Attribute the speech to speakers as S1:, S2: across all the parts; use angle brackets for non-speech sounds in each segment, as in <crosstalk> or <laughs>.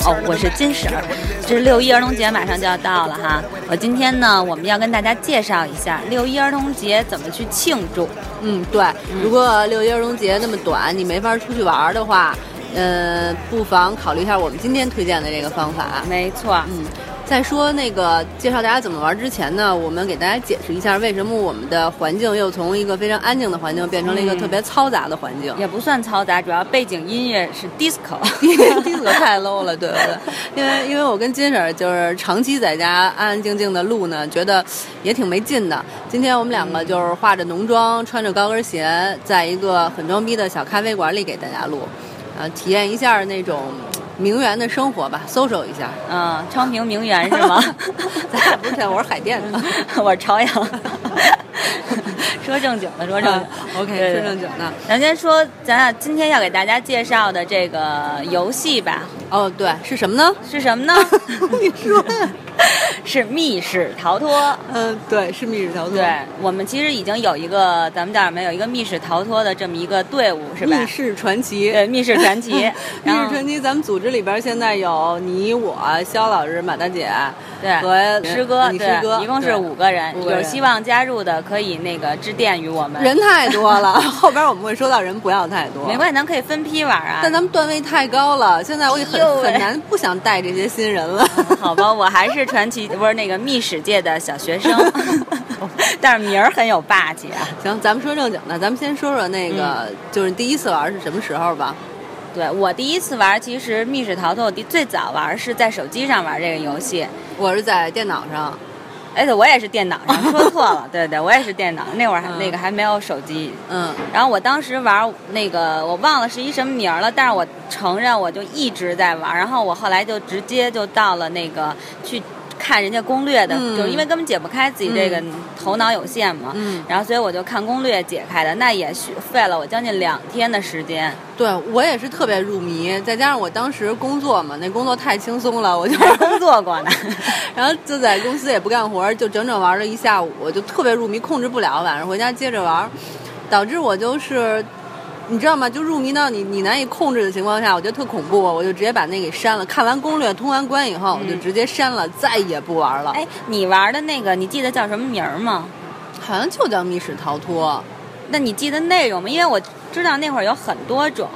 S1: 好，我是金婶儿。这是六一儿童节马上就要到了哈，我今天呢，我们要跟大家介绍一下六一儿童节怎么去庆祝。
S2: 嗯，对，如果六一儿童节那么短，你没法出去玩儿的话，呃，不妨考虑一下我们今天推荐的这个方法。
S1: 没错，
S2: 嗯，在说那个介绍大家怎么玩之前呢，我们给大家解释一下为什么我们的环境又从一个非常安静的环境变成了一个特别嘈杂的环境。
S1: 也不算嘈杂，主要背景音乐是 disco。 <laughs>
S2: 因为 disco 太 low 了，对不对？ <laughs> 因为因为我跟金婶儿就是长期在家安安静静的录呢，觉得也挺没劲的。今天我们两个就是化着浓妆，穿着高跟鞋，在一个很装逼的小咖啡馆里给大家录，啊，体验一下那种名媛的生活吧，social 一 <laughs> 下。
S1: 嗯，昌平名媛是
S2: <laughs>
S1: 吗？ <laughs>
S2: 咱俩不是在我是海淀的。
S1: 我是朝阳。 <laughs> 说正经的，说正经的。
S2: 啊 OK，
S1: 对
S2: 说正经的。
S1: 咱先说，咱俩今天要给大家介绍的这个游戏吧，
S2: 哦，对，是什么呢？
S1: 是什么
S2: <laughs>
S1: 呢？
S2: 你说呀。
S1: 是密室逃脱。
S2: 嗯，对，是密室逃脱。
S1: 对，我们其实已经有一个，咱们这儿没有一个密室逃脱的这么一个队伍，是吧？
S2: 密室传奇。。
S1: 对，密室传奇
S2: <laughs> 密
S1: 然
S2: 室
S1: 后
S2: 传奇，咱们组织里边现在有你、我、肖老师、马大姐，
S1: 对。
S2: 和
S1: 师哥，
S2: 你
S1: 对
S2: 师哥，
S1: 一共是
S2: 对
S1: 五个人，
S2: 五个人
S1: 有希望加入的可以那个致电于我们。
S2: 人太多 <laughs> 了，后边我们会说到人不要太多。
S1: 没
S2: 系，
S1: 关系，咱可以分批玩啊。
S2: 但咱们段位太高了，现在我也
S1: 哎呦
S2: 很
S1: 喂
S2: 很难不想带这些新人 <laughs> 了。
S1: <laughs> 好吧，我还是传
S2: <laughs>
S1: 奇，不是那个密室界的小学生， <laughs> 但是名儿很有霸气啊。
S2: 行，咱们说正经的，咱们先说说那个，就是第一次玩是什么时候吧。
S1: 对我第一次玩，其实密室逃脱，我第最早玩是在手机上玩这个游戏，
S2: 我是在电脑上，
S1: 而且我也是电脑上，说错
S2: <laughs>
S1: 了，对对，我也是电脑，那会儿还、
S2: 嗯
S1: 那个还没有手机。
S2: 嗯，
S1: 然后我当时玩那个，我忘了是一什么名儿了，但是我承认我就一直在玩。然后我后来就直接就到了那个去看人家攻略的，
S2: 嗯
S1: 就是因为根本解不开自己这个
S2: 嗯
S1: 头脑有限嘛。
S2: 嗯
S1: 然后所以我就看攻略解开的，那也需费了我将近两天的时间。
S2: 对我也是特别入迷，再加上我当时工作嘛，那工作太轻松了，我就
S1: 还工作过呢，
S2: 然后就在公司也不干活儿，就整整玩了一下午，我就特别入迷，控制不了。晚上回家接着玩儿，导致我就是，你知道吗？就入迷到你你难以控制的情况下，我觉得特恐怖，我就直接把那给删了。看完攻略、通完关以后，我就直接删了，再也不玩了。
S1: 哎，你玩的那个，你记得叫什么名儿吗？
S2: 好像就叫密室逃脱，
S1: 那你记得内容吗？因为我知道那会儿有很多种，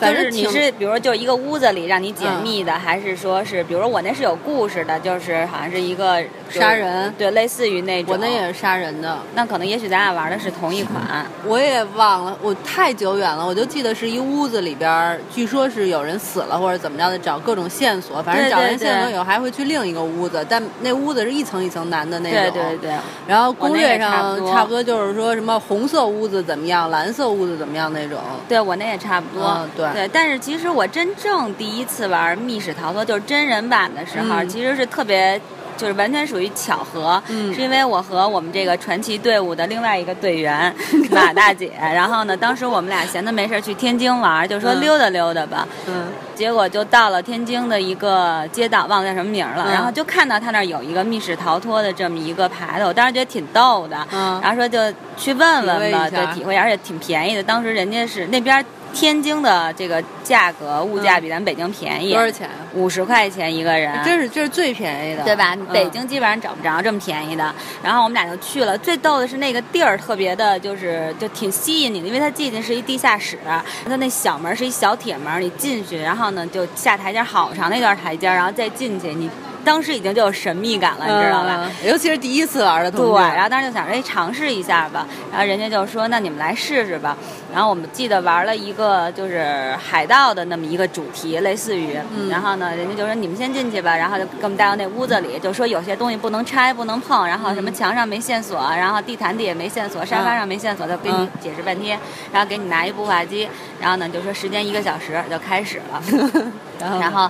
S2: 反
S1: 就
S2: 正
S1: 是嗯你
S2: 挺
S1: 是比如就一个屋子里让你解密的，还是说是比如我那是有故事的，就是好像是一个就是
S2: 杀人
S1: 对，类似于那种。
S2: 我那也是杀人的。
S1: 那可能也许咱俩玩的是同一款，
S2: 我也忘了，我太久远了，我就记得是一屋子里边儿，据说是有人死了或者怎么着的，找各种线索，反正
S1: 对
S2: 找完
S1: 对对
S2: 线索以后还会去另一个屋子，但那屋子是一层一层难的那
S1: 对
S2: 种。
S1: 对对，
S2: 然后攻略
S1: 我那也差不
S2: 上
S1: 多
S2: 差不多就是说什么红色屋子怎么样，蓝色屋子怎么样那种。
S1: 对我那也差不多。
S2: 嗯对
S1: 但是其实我真正第一次玩密室逃脱就是真人版的时候，
S2: 嗯
S1: 其实是特别。就是完全属于巧合，
S2: 嗯
S1: 是因为我和我们这个传奇队伍的另外一个队
S2: <laughs>
S1: 员马大姐，然后呢，当时我们俩闲的没事儿去天津玩，就说
S2: 嗯
S1: 溜达溜达吧，
S2: 嗯
S1: 结果就到了天津的一个街道，忘了叫什么名儿了，
S2: 嗯
S1: 然后就看到他那儿有一个密室逃脱的这么一个牌子，我当时觉得挺逗的，
S2: 嗯
S1: 然后说就去问问吧，
S2: 体会一下
S1: 对，体会一下，而且挺便宜的。当时人家是那边天津的这个价格物
S2: 嗯
S1: 价比咱北京便宜
S2: 多，少钱？啊
S1: 五十、块钱一个人，
S2: 这是这是最便宜的，
S1: 嗯对吧
S2: 嗯？
S1: 北京基本上找不着这么便宜的。然后我们俩就去了，最逗的是那个地儿特别的，就是就挺吸引你的，因为它毕竟是一地下室，它那小门是一小铁门，你进去，然后呢就下台阶儿好长那段台阶儿，然后再进去，你当时已经就有神秘感了，你知道吧？
S2: 嗯尤其是第一次玩的同学，
S1: 对，然后当时就想，哎，尝试一下吧。然后人家就说，那你们来试试吧。然后我们记得玩了一个就是海盗的那么一个主题，类似于，
S2: 嗯
S1: 然后呢，人家就说你们先进去吧，然后就给我们带到那屋子里，就说有些东西不能拆、不能碰，然后什么
S2: 嗯
S1: 墙上没线索，然后地毯底也没线索，沙发上没线索，就给你
S2: 嗯
S1: 解释半天，然后给你拿一步话机，然后呢就说时间一个小时就开始
S2: <laughs>
S1: 了，
S2: 然后
S1: 然后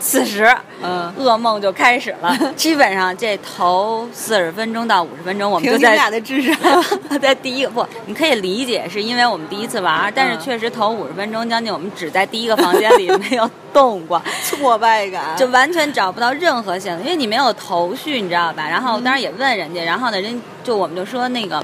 S1: 此时。
S2: 嗯，
S1: 噩梦就开始
S2: <laughs>
S1: 了。基本上这头四十分钟到五十分钟，我们
S2: 凭
S1: 就
S2: 你们俩
S1: 在
S2: 的智商，
S1: <laughs> 在第一个不，你可以理解，是因为我们第一次玩，但是
S2: 嗯
S1: 确实头五十分钟将近我们只在第一个房间里没有动
S2: <laughs>
S1: 过，
S2: 挫败感
S1: 就完全找不到任何
S2: 嗯
S1: 线索，因为你没有头绪，你知道吧？然后当然也问人家，然后呢，人就我们就说那个。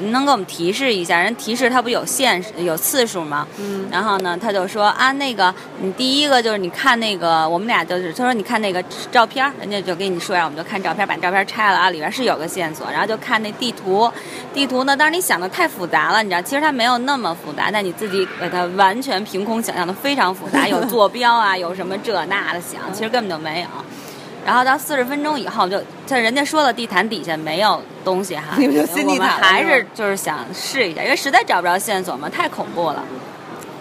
S1: 您能给我们提示一下？人提示他不有限有次数吗？
S2: 嗯
S1: 然后呢，他就说啊，那个你第一个就是你看那个，我们俩就是他说你看那个照片儿，人家就跟你说呀，我们就看照片儿，把照片儿拆了啊，里边是有个线索，然后就看那地图，地图呢，当然你想的太复杂了，你知道，其实它没有那么复杂，但你自己给它完全凭空想象的非常复杂，有坐标啊，有什么这那的想，其实根本就没有。然后到四十分钟以后就，就人家说了地毯底下没有东西哈，
S2: <laughs> 你们就心地
S1: 我们
S2: 坦了
S1: 还
S2: 是
S1: 是就是想试一下，因为实在找不着线索嘛，太恐怖了。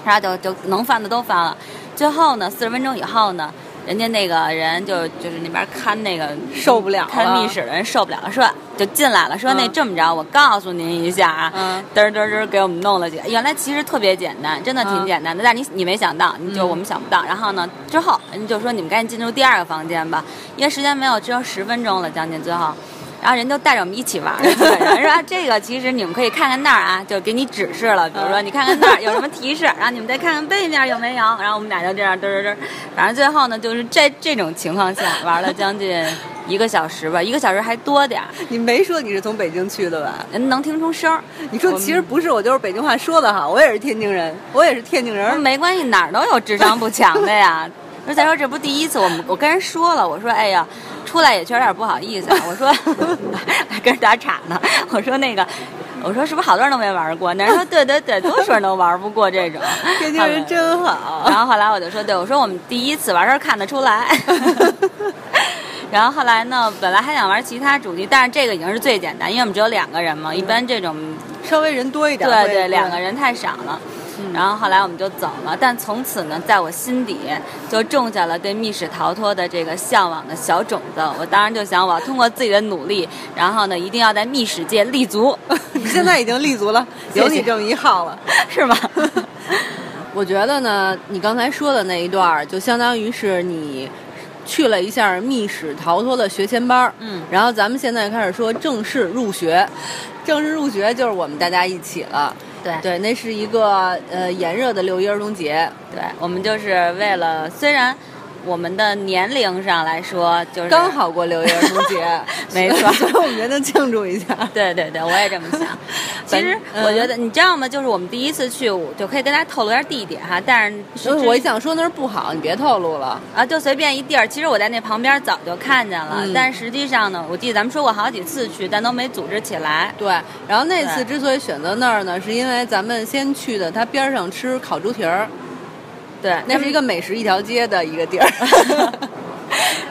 S1: 然后就就能翻的都翻了，最后呢，四十分钟以后呢，人家那个人就就是那边看那个
S2: 受不了了
S1: 看密室的人受不了了，说就进来了，说
S2: 嗯
S1: 那这么着，我告诉您一下啊，
S2: 嗯
S1: 嘚儿嘚儿嘚儿给我们弄了几个，原来其实特别简单，真的挺
S2: 嗯
S1: 简单的，但是你你没想到，你就
S2: 嗯
S1: 我们想不到。然后呢，之后人家就说你们赶紧进入第二个房间吧，因为时间没有，只有十分钟了，将近最后。然后人就带着我们一起玩儿，基本上说啊这个其实你们可以看看那儿啊，就给你指示了，比如说
S2: 嗯
S1: 你看看那儿有什么提示，然后你们再看看背面有没有，然后我们俩就这样嘚嘚嘚，反正最后呢就是这这种情况下玩了将近一个小时吧，一个小时还多点儿，
S2: 你没说你是从北京去的吧？
S1: 能听出声儿。
S2: 你说
S1: 我
S2: 其实不是，我就是北京话说的好，我也是天津人，我也是天津
S1: 说
S2: 人。
S1: 没关系，哪儿都有智商不强的呀。说再说这不第一次，我们我跟人说了，我说哎呀，出来也确实有点不好意思啊。我说 <laughs> 还跟人打岔呢，我说那个。我说是不是好多人都没玩过？那人说对对对，多数人都玩不过这种。
S2: 天津人真
S1: 好吧。
S2: 好，
S1: 然后后来我就说，对我说我们第一次玩时候看得出来。然后后来呢，本来还想玩其他主题，但是这个已经是最简单，因为我们只有两个人嘛。一般这种
S2: 稍微人多一点。
S1: 对
S2: 会嗯
S1: 对，两个。人太少了。然后后来我们就走了，但从此呢，在我心底就种下了对密室逃脱的这个向往的小种子。我当然就想，我要通过自己的努力，然后呢，一定要在密室界立足， <laughs>
S2: 你现在已经立 <laughs> 足了，
S1: 谢谢
S2: 有你这么一号了。
S1: 是吧？
S2: 我觉得呢，你刚才说的那一段儿，就相当于是你去了一下密室逃脱的学前班儿。
S1: 嗯
S2: 然后咱们现在开始说正式入学，正式入学就是我们大家一起了。
S1: 对对
S2: <laughs> 对，那是一个呃炎热的六一儿童节，
S1: 对，我们就是为了，虽然我们的年龄上来说，就是，
S2: 刚。好过六一儿童 <laughs> 节
S1: 没错
S2: 所以我们决定庆祝一下。
S1: 对对对，我也这么
S2: <laughs>
S1: 想。其实
S2: 嗯
S1: 我觉得，你知道吗？就是我们第一次去，我就可以跟大家透露一下地点哈。但是
S2: 所以嗯我想说那儿不好，你别透露了。
S1: 啊，就随便一地儿。其实我在那旁边早就看见了，
S2: 嗯
S1: 但实际上呢，我记得咱们说过好几次去，但都没组织起来。
S2: 对，然后那次
S1: 对
S2: 之所以选择那儿呢，是因为咱们先去的它边上吃烤猪蹄儿，
S1: 对，
S2: 那是一个美食一条街的一个地儿。
S1: 嗯
S2: <laughs>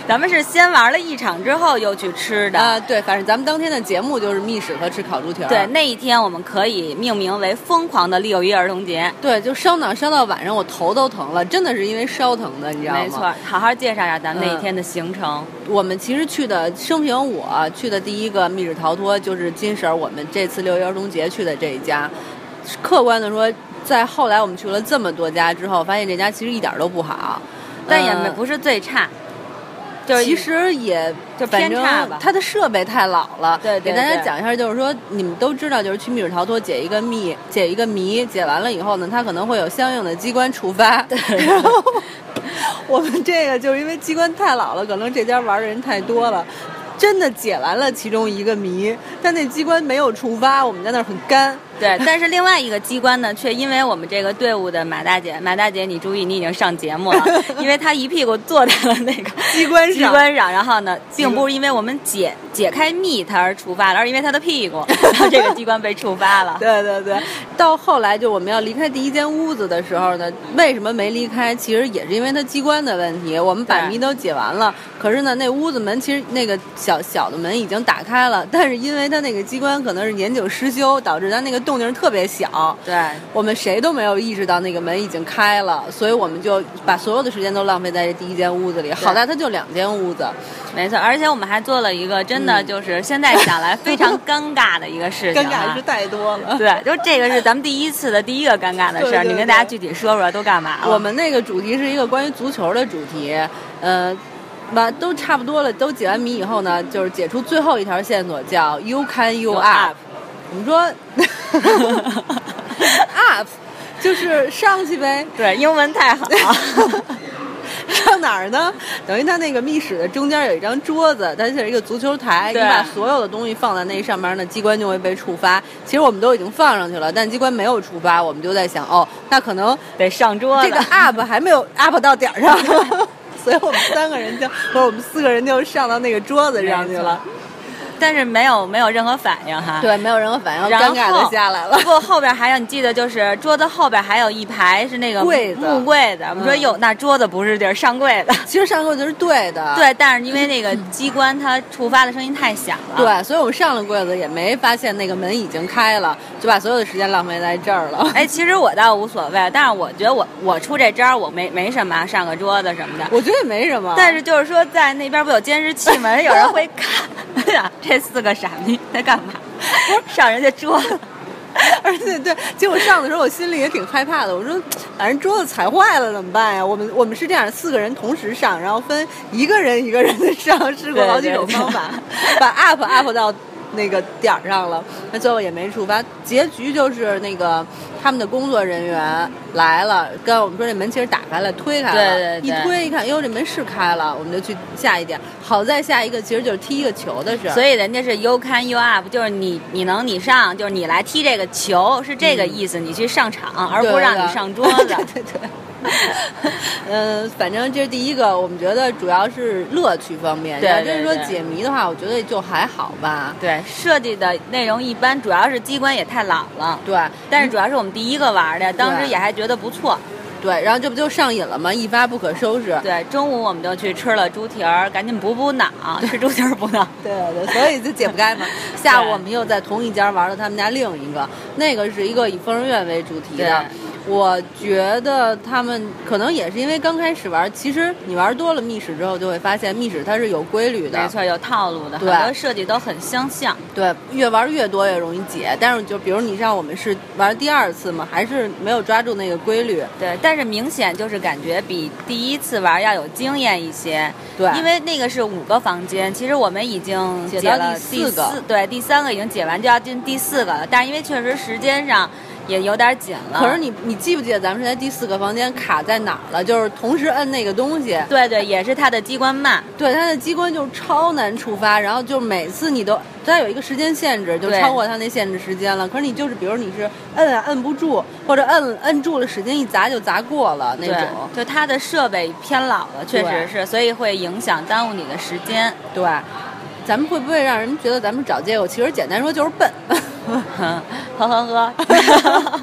S1: 咱们是先玩了一场之后又去吃的。
S2: 啊，对，反正咱们当天的节目就是密室和吃烤猪蹄儿。
S1: 对，那一天我们可以命名为“疯狂的六一儿童节
S2: 对，就烧脑烧到晚上，我头都疼了，真的是因为烧疼的，”。你知道吗？嗯
S1: 没错，好好介绍一下咱们那一天的行程。
S2: 我们其实去的生平我，啊去的第一个密室逃脱就是金婶儿，我们这次六一儿童节去的这一家。客观的说，在后来我们去了这么多家之后，发现这家其实一点儿都不好，
S1: 但也没
S2: 呃
S1: 不是最差，就是
S2: 其实也
S1: 嗯就
S2: 反
S1: 偏
S2: 正
S1: 差吧
S2: 它的设备太老了。
S1: 对对
S2: 给大家
S1: 对
S2: 讲一下，就是说你们都知道，就是去密室逃脱解一个密，解一个谜，解完了以后呢，它可能会有相应的机关触发。对。 <laughs> 然后我们这个就是因为机关太老了，可能这家玩的人太多了。真的解完了其中一个谜，但那机关没有触发，我们在那儿很干。
S1: 对，但是另外一个机关呢，却因为我们这个队伍的马大姐，马大姐，你注意，你已经上节目了，
S2: <laughs>
S1: 因为她一屁股坐在了那个
S2: 机关
S1: 机
S2: 上，
S1: 关上，然后呢，
S2: 机
S1: 并
S2: 关
S1: 不是因为我们解解开密它而触发了，而是因为她的屁
S2: <laughs>
S1: 股，然后这个机关被触发 <laughs> 了。
S2: 对对对，到后来就我们要离开第一间屋子的时候呢，为什么没离开？其实也是因为它机关的问题。我们把
S1: 对
S2: 谜都解完了，可是呢，那屋子门其实那个小小的门已经打开了，但是因为它那个机关可能是年久失修，导致它那个动静特别小。
S1: 对
S2: 我们谁都没有意识到那个门已经开了，所以我们就把所有的时间都浪费在这第一间屋子里。好在它就两间屋子，
S1: 没错，而且我们还做了一个真的
S2: 嗯
S1: 就是现在想来非常尴尬的一个事情、
S2: 尴
S1: 啊，
S2: 尬是太多了。
S1: 对，就这个是咱们第一次的第一个尴尬的事儿，
S2: 对对对
S1: 你跟大家具体说说都干嘛了？
S2: 我们那个主题是一个关于足球的主题，呃，完都差不多了，都解完谜以后呢，就是解出最后一条线索，叫 “You can you up”。我们说 up <laughs> 就是上去呗， <laughs>
S1: 对英文太好。
S2: 上哪儿呢？等于它那个密室的中间有一张桌子，它是一个足球台，你
S1: 对
S2: 把所有的东西放在那上面呢，机关就会被触发。其实我们都已经放上去了，但机关没有触发，我们就在想，哦，那可能
S1: <laughs> 得上桌
S2: <laughs> 这个
S1: 了。
S2: up 还没有 up 到点儿上， <laughs> 所以我们三个人就，不是我们四个人就上到那个桌子上去了。
S1: 但是没有没有任何反应哈。。
S2: 对，没有任何反应，
S1: 然
S2: 尴
S1: 后
S2: 尬的下来 <laughs> 了。
S1: 不，后边还有，你记得就是桌子后边还有一排是那个
S2: 柜子
S1: 木柜子。我们说
S2: 嗯
S1: 哟，那桌子不是地儿，上柜子。
S2: 其实上柜子是对的，
S1: 对，但是因为那个机关它触发的声音太响了。。
S2: 对，所以我们上了柜子也没发现那个门已经开了，就把所有的时间浪费在这儿了。 <laughs>
S1: 哎，其实我倒无所谓，但是我觉得我我出这招儿我没没什么啊，上个桌子什么的。
S2: 我觉得也没什么，
S1: 但是就是说，在那边不有监视器吗？有人会看。 <laughs> 哎呀，这四个傻逼在干嘛？ <laughs> 上人家桌子。
S2: <laughs> 而且对，结果上的时候我心里也挺害怕的。我说，反正桌子踩坏了怎么办呀？我们我们是这样，四个人同时上，然后分一个人一个人的上，试过好几种方法，把 up up 到那个点儿上了，那最后也没触发。结局就是那个他们的工作人员来了，跟我们说这门其实打开了，推开了，
S1: 对对对
S2: 一推一看，哟，这门是开了，我们就去下一点。好在下一个其实就是踢一个球的事儿，
S1: 所以人家是 you can you up，就是你你能你上，就是你来踢这个球是这个意思，你去上场，而
S2: 对
S1: 不
S2: 对
S1: 让你
S2: 对
S1: 上桌子。
S2: 对对嗯对。
S1: <laughs>
S2: 嗯，反正这是第一个，我们觉得主要是乐趣方面。
S1: 对
S2: 要真
S1: 对
S2: 是说
S1: 对
S2: 解谜的话，我觉得就还好吧。
S1: 对设计的内容一般，主要是机关也太老了。
S2: 对
S1: 但是主要是我们第一个玩
S2: 嗯
S1: 的，当时也还觉得不错。
S2: 对，然后这不就上瘾了吗？一发不可收拾。
S1: 对，中午我们就去吃了猪蹄儿，赶紧补补脑，吃猪蹄儿补脑。
S2: 对对，所以就解
S1: <laughs>
S2: 不开嘛。下午我们又在同一家玩了他们家另一个，那个是一个以疯人院为主题的
S1: 对。
S2: 我觉得他们可能也是因为刚开始玩，其实你玩多了密室之后，就会发现密室它 <laughs> 是有规律的。
S1: 没错，有套路的，很
S2: 对
S1: 多设计都很相像。
S2: 对，越玩越多越容易解。但是就比如你像我们是玩第二次嘛，还是没有抓住那个规律。
S1: 对，但是明显就是感觉比第一次玩要有经验一些。
S2: 对
S1: 因为那个是五个房间，其实我们已经
S2: 解到
S1: 了
S2: 第四个
S1: 四对，第三个已经解完，就要进第四个了。但是因为确实时间上也有点紧了。
S2: 可是你你记不记得咱们是在第四个房间卡在哪儿了？就是同时摁那个东西，
S1: 对对，也是它的机关慢。
S2: 对它的机关就超难触发，然后就每次你都它有一个时间限制，就
S1: 对
S2: 超过它那限制时间了。可是你就是比如你是摁啊摁不住，或者摁摁住了使劲一砸就砸过了那
S1: 对
S2: 种。，
S1: 就它的设备偏老了，确
S2: 对
S1: 实是，所以会影响耽误你的时间。
S2: 对，咱们会不会让人觉得咱们找借口？其实简单说就是笨。嗯
S1: 呵 <laughs> 呵
S2: <laughs>
S1: 呵，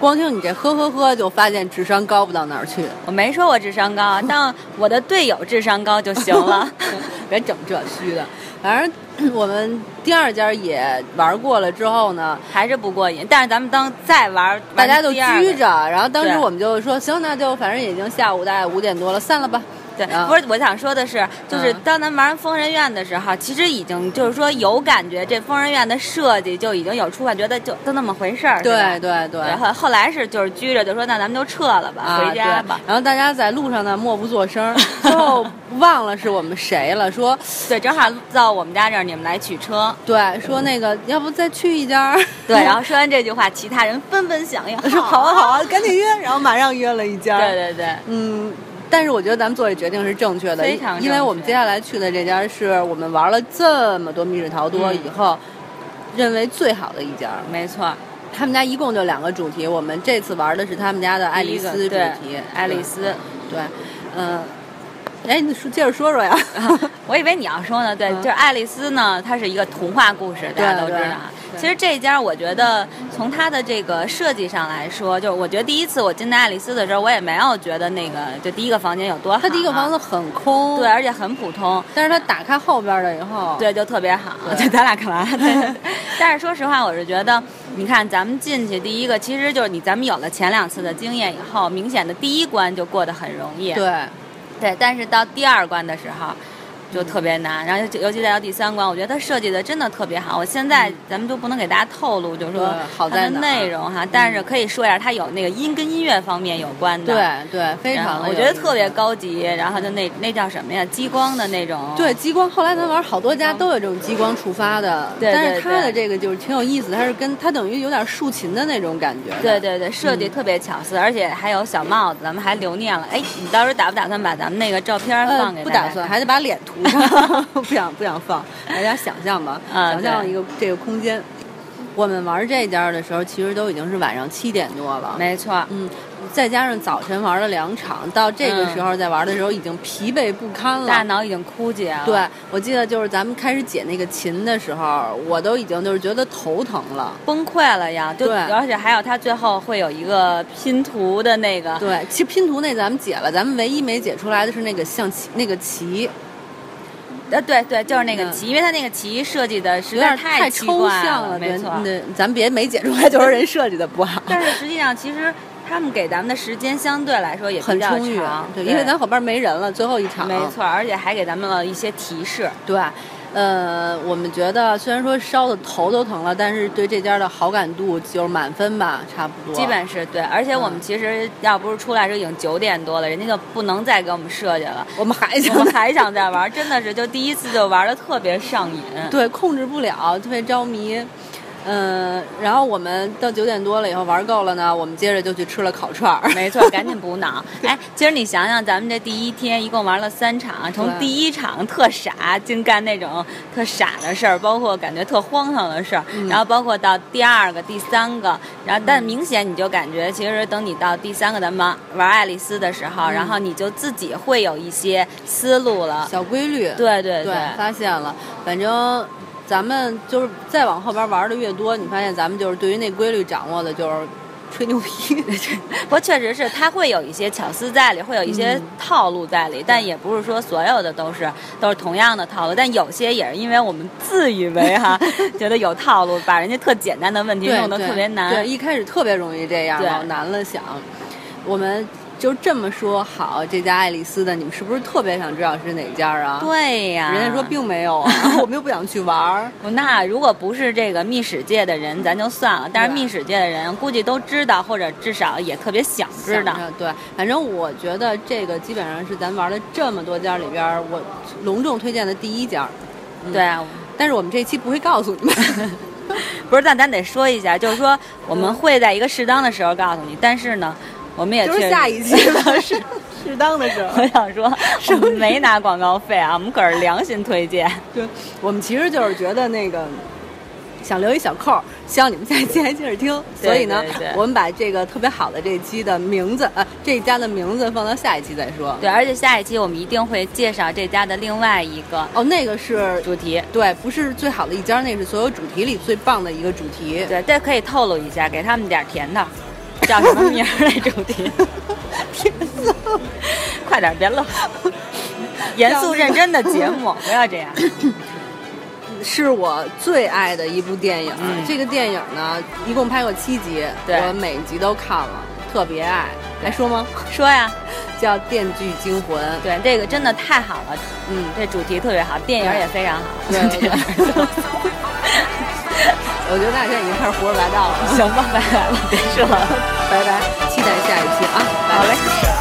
S2: 光听你这呵呵呵，就发现智商高不到哪儿去。
S1: 我没说我智商高，但我的队友智商高就行了。
S2: <laughs> 别整这虚的。反正我们第二家也玩过了之后呢，
S1: 还是不过瘾，但是咱们当再玩，
S2: 大家都
S1: 玩第二个
S2: 拘着，然后当时
S1: 对
S2: 我们就说行，那就反正已经下午大概五点多了，散了吧。
S1: 对
S2: 啊，
S1: 不是我想说的是，就是
S2: 嗯
S1: 当咱玩疯人院的时候，其实已经就是说有感觉，这疯人院的设计就已经有触感，觉得就都那么回事儿。是吧
S2: 对对对。
S1: 然后后来是就是拘着，就说那咱们就撤了吧，
S2: 啊，
S1: 回家吧
S2: <laughs> 对。然后大家在路上呢，默不作 <laughs> 声，最后忘了是我们谁了，说
S1: 对，正好到我们家这儿，你们来取车。
S2: 对，说那个要不再去一家儿，
S1: 对，
S2: <laughs>
S1: 然后说完这句话，其他人纷纷响应，
S2: 说好啊好啊，赶紧约，然后马上约了一家儿。
S1: 对对对，
S2: 嗯，但是我觉得咱们做这决定是正确的，
S1: 非常正确
S2: 因为我们接下来去的这家是我们玩了这么多密室逃脱
S1: 嗯
S2: 以后、认为最好的一家。
S1: 没错。
S2: 他们家一共就两个主题，我们这次玩的是他们家的爱丽
S1: 第
S2: 丝
S1: 一
S2: 主
S1: 个对
S2: 题。
S1: 爱丽丝。
S2: 对，嗯、哎，你说接着
S1: <laughs>
S2: 说说呀。
S1: 我以为你要说呢，对，
S2: 嗯
S1: 就是爱丽丝呢，它是一个童话故事，大家都知道啊
S2: 对对。
S1: 其实这家我觉得从它的这个设计上来说，就是我觉得第一次我进到爱丽丝的时候，我也没有觉得那个就第一个房间有多好，
S2: 它第一个房
S1: 子
S2: 子很空，
S1: 对，，而且很普通。
S2: 但是它打开后边了以后，，
S1: 对，就特别好，
S2: <laughs> 对
S1: 就咱俩干嘛？ <laughs> 对但是说实话，我是觉得，你看咱们进去第一个，其实就是你咱们有了前两次的经验以后，明显的第一关就过得很容易。
S2: 对
S1: 对，但是到第二关的时候，就特别难。然后尤尤其来到第三关，我觉得它设计的真的特别好。我现在咱们就不能给大家透露，就是说
S2: 嗯对好
S1: 它
S2: 在
S1: 的
S2: 哪儿
S1: 内容哈，但是可以说一下，它有那个音跟音乐方面有关的。
S2: 对。对，非
S1: 然
S2: 常
S1: 后
S2: 的
S1: 我
S2: 有
S1: 觉得
S2: 意
S1: 特别
S2: 思。
S1: 高级，然后就那那叫什么呀？激光的那种。
S2: 对激光，后来咱玩好多家都有这种激光触发的，
S1: 哦对
S2: 但
S1: 对
S2: 是它
S1: 对
S2: 的这个就是挺有意思，它是跟它等于有点竖琴的那种感觉。
S1: 对，对对，设
S2: 嗯
S1: 计特别巧思，而且还有小帽子，咱们还留念了。哎，
S2: <laughs>
S1: 你到时候打不打算把咱们那个照片
S2: 呃
S1: 放给，
S2: 不
S1: 大家
S2: 打算，还得把脸涂
S1: <laughs>
S2: 上，不想不想放，大家想象吧，
S1: 啊
S2: 想象
S1: 对
S2: 一个这个空间。我们玩这家的时候，其实都已经是晚上七点多了，
S1: 没错，
S2: 嗯，再加上早晨玩了两场，到这个时候再玩的时候已经疲惫不堪了。
S1: 嗯大脑已经枯竭了。
S2: 对，我记得就是咱们开始解那个琴的时候，我都已经就是觉得头疼了。
S1: 崩溃了呀！就
S2: 对
S1: 而且还有它最后会有一个拼图的那 <laughs> 个，
S2: 对，其实拼图那咱们解了，咱们唯一没解出来的是那个象棋，那个棋
S1: 呃，对对，就是那个
S2: 嗯
S1: 棋，因为它那个棋设计的实
S2: 有
S1: 在
S2: 点
S1: 太奇
S2: 抽
S1: 怪
S2: 象了，
S1: 没
S2: 对
S1: 错。
S2: 对，咱们别没解出来就是人设计的不好。
S1: 但是实际上，其实他们给咱们的时间相对来说也比
S2: 很
S1: 较
S2: 充裕啊
S1: 长，，
S2: 对，因为咱后边没人了，最后一场，
S1: 没错，而且还给咱们了一些提示。
S2: 对，呃，我们觉得虽然说烧的头都疼了，但是对这家的好感度就是满分吧，差不多。
S1: 基本是对，而且我们
S2: 嗯
S1: 其实要不是出来时候已经九点多了，人家就不能再给我们设计
S2: <laughs>
S1: 了。
S2: 我们还想
S1: 我们还想再玩，真的是就第一次就玩的特别上瘾。
S2: 对控制不了，特别着迷。嗯、然后我们到九点多了以后玩够了呢，我们接着就去吃了烤
S1: <laughs>
S2: 串儿。
S1: 没错，赶紧补脑。哎，其实你想想，咱们这第一天一共玩了三场，从
S2: 对
S1: 第一场特傻，净干那种特傻的事儿，包括感觉特荒唐的事儿，
S2: 嗯
S1: 然后包括到第二个、第三个，然后但明显你就感觉，其实等你到第三个咱们玩爱丽丝的时候，
S2: 嗯
S1: 然后你就自己会有一些思路了。
S2: 小规律，
S1: 对对
S2: 对，发现了。反正咱们就是再往后边玩的越多，你发现咱们就是对于那规律掌握的就是吹牛逼。
S1: <laughs> 不过确实是，它会有一些巧思在里，会有一些
S2: 嗯
S1: 套路在里，但也不是说所有的都是都是同样的套路，但有些也是因为我们自以为
S2: <laughs>
S1: 哈、觉得有套路，把人家特简单的问题
S2: 对，
S1: 弄得
S2: 对
S1: 特别难。
S2: 对，一开始特别容易这样，
S1: 对
S2: 老难了想。我们就这么说好，这家爱丽丝的，你们是不是特别想知道是哪家啊？
S1: 对呀、
S2: 人家说并没有啊， <laughs> 我们又不想去
S1: <laughs>
S2: 玩儿。
S1: 不那如果不是这个密室界的人，咱就算了。但是
S2: 嗯对啊
S1: 密室界的人估计都知道，或者至少也特别想知道
S2: 想。着对，反正我觉得这个基本上是咱玩了这么多家里边儿，我隆重推荐的第一家。嗯
S1: 对啊，
S2: 但是我们这期不会告诉你们， <laughs>
S1: 不是，但咱得说一下，就是说我
S2: 嗯
S1: 们会在一个适当的时候告诉你，但是呢，我们也
S2: 就是
S1: 确
S2: 下一期吧，
S1: <laughs> 是
S2: 适适当的时候。
S1: 我想说，我们没拿广告费啊，我们可是良心推荐。
S2: 对，我们其实就是觉得那个想留一小扣儿，希望你们下一期还接着听。
S1: 对
S2: 所以呢
S1: 对对，
S2: 我们把这个特别好的这一期的名字，呃，这一家的名字放到下一期再说。
S1: 对，而且下一期我们一定会介绍这家的另外一个
S2: 哦，那个是
S1: 主题。
S2: 对，不是最好的一家，那是所有主题里最棒的一个主题。
S1: 对，这可以透露一下，给他们点儿甜头，叫什么名儿？那主题，
S2: 天呐，
S1: 快点儿别乐，严肃认真的节目，不要这样。
S2: 是我最爱的一部电影。
S1: 嗯
S2: 这个电影呢，一共拍过七集，
S1: 对
S2: 我每集都看了，特别爱。还说吗？
S1: 说呀，
S2: 叫《电锯惊魂》。
S1: 对，这个真的太好了，
S2: 嗯，
S1: 这主题特别好，电影儿也非常好。
S2: 对对对我觉得大家已经开始胡说八道了。
S1: 行吧，拜拜了，别说了，
S2: 拜拜，期待下一期啊，拜
S1: 好
S2: 拜
S1: 嘞。